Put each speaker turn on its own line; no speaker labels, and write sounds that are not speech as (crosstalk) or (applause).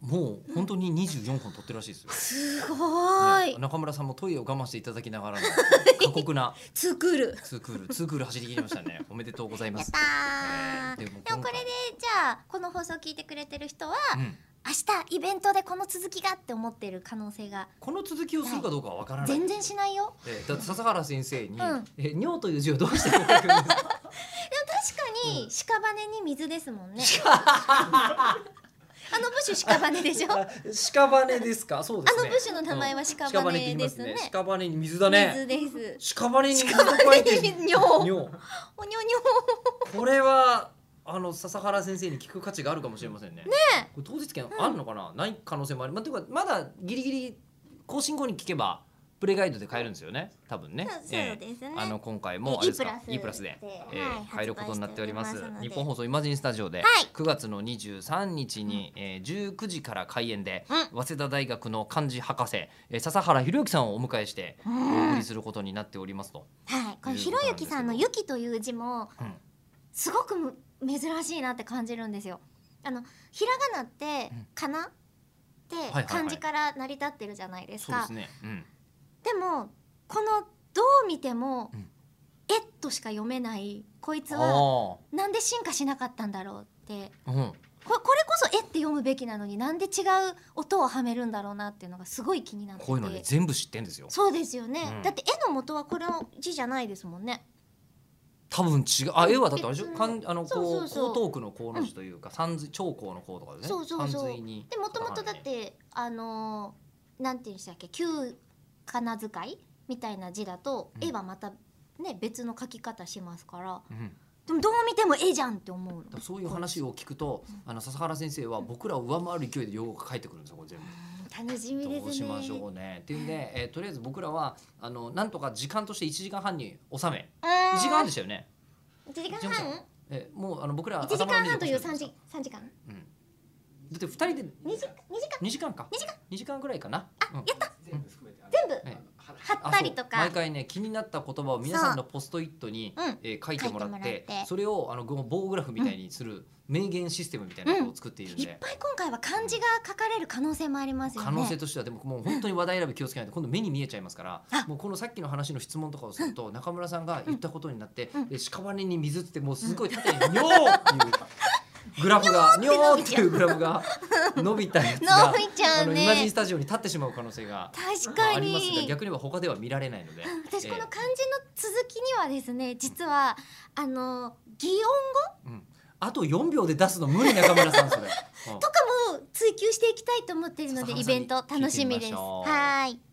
もう本当に24本撮ってるらしいですよ、
すごーい、
ね中村さんもトイレを我慢していただきながらの過酷な
ツークールやっ
ツークールツークール走り切りましたねおめでとうございます
たー
ね
で
でも
も
今回
これでじゃあこの放送を聞いてくれてる人は、
うん
明日イベントでこの続きがって思ってる可能性が
この続きをするかどうかはわからない、
全然しないよ
えーだって笹原先生に、
うん
え尿という字をどうして書くんですか
でも確かに屍に水ですもんね (laughs) あの部首屍
(laughs)
でしょあの
屍ですかそうですね
部首の名前は屍
って言い
で
ます
ね
屍に水だね
水です
屍に水を書いて
屍に尿
尿
おにょに
これはあの笹原先生に聞く価値があるかもしれませんねねこれ当日券あるのかな、ない可能性もあります、まあ、ていうかまだギリギリ更新後に聞けばプレイガイドで買えるんですよね多分ね
ょそうそうですね、
あの今回
え
もあれです
イ
か
プラス
で
で
え
はい
ー買えることになっております
発売しておりますので
日本放送イマジンスタジオで
はい
9月の23日に、えー19時から開演で、早稲田大学の漢字博士、えー笹原博之さんをお迎えして
う
お送
ん
りすることになっておりますと、
はい、これひろゆきさんの「ゆき」という字も
うん
すごくむ珍しいなって感じるんですよ。あのひらがなって
うん
「かな」
いはいは
っ
い
て漢字から成り立ってるじゃないです
そうで
か
す。ね、うん、
でもこのどう見ても
うん
「えっ」としか読めないこいつは
あ
なんで進化しなかったんだろうって
あうん
ここれこそ「え」って読むべきなのになんで違う音をはめるんだろうなっていうのがすごい気になってて
こういうのね全部知ってんですよ
そうですよね、
うん
だって「絵の元はこの字じゃないですもんね。
多分違うあ絵はだってあれでしょ
別の
かんあの
そう
こ
そう
う
そう
江東区の江の字というか三髄長江の江とかですね
そうそうそう
三髄に
でもともとだっ
片仮名で
てあのーなんていうんでしたっけ旧仮名遣いみたいな字だと、
うん
絵はまたね別の書き方しますから
うん
でもどう見ても絵じゃんって思うの
だからそういう話を聞くと、あの笹原先生は僕らを上回る勢いで用語が書いてくるんですよ、これ全部。
楽しみですね
どうしましょうね。っていうんで、えーとりあえず僕らはあのなんとか時間として1時間半に収め、1時間半でしたよね。
1時間
一時間
半
えーもうあの僕ら
1時間半という
頭の
3
上
時三時間
でうん。だって2人で
2時間二時間
2時間か。2時間ぐらいかな。うん
全部含めてあの
全部
ね
貼
あ
ったりと
そう
か
毎回ね気になった言葉を皆さんのポストイットに
そううん、
えー書いてもらっ
書い
て
てもらって
それをあの棒グラフみたいにする名言システムみたいなことを作っているん
いっ
で、
ぱい今回は漢字が書かれる可能性もありますよね
可能性としてはでももう本当に話題選び気をつけないと今度目に見えちゃいますから
あ
もうこのさっきの話の質問とかをすると中村さんが言ったことになって
うん
「で屍に水」ってもうすごい縦に「尿っていうグラフ
(laughs)
が「尿っていうグラフが伸びたやつが
伸びちゃ
あ
う
のイマジン
ね
スタジオに立ってしまう可能性が。
確
まあ
か
ありますが
に
逆には他では見られないので
私
え
こ
ー
の漢字の続きにはですね実はあの擬音
うんあと4秒で出すの無理中村さんそれ。うん
とかも追求していきたいと思っているの
笹
で
原さん
イ
に
ベント楽しみ
聞いて
です
みましょう
はーい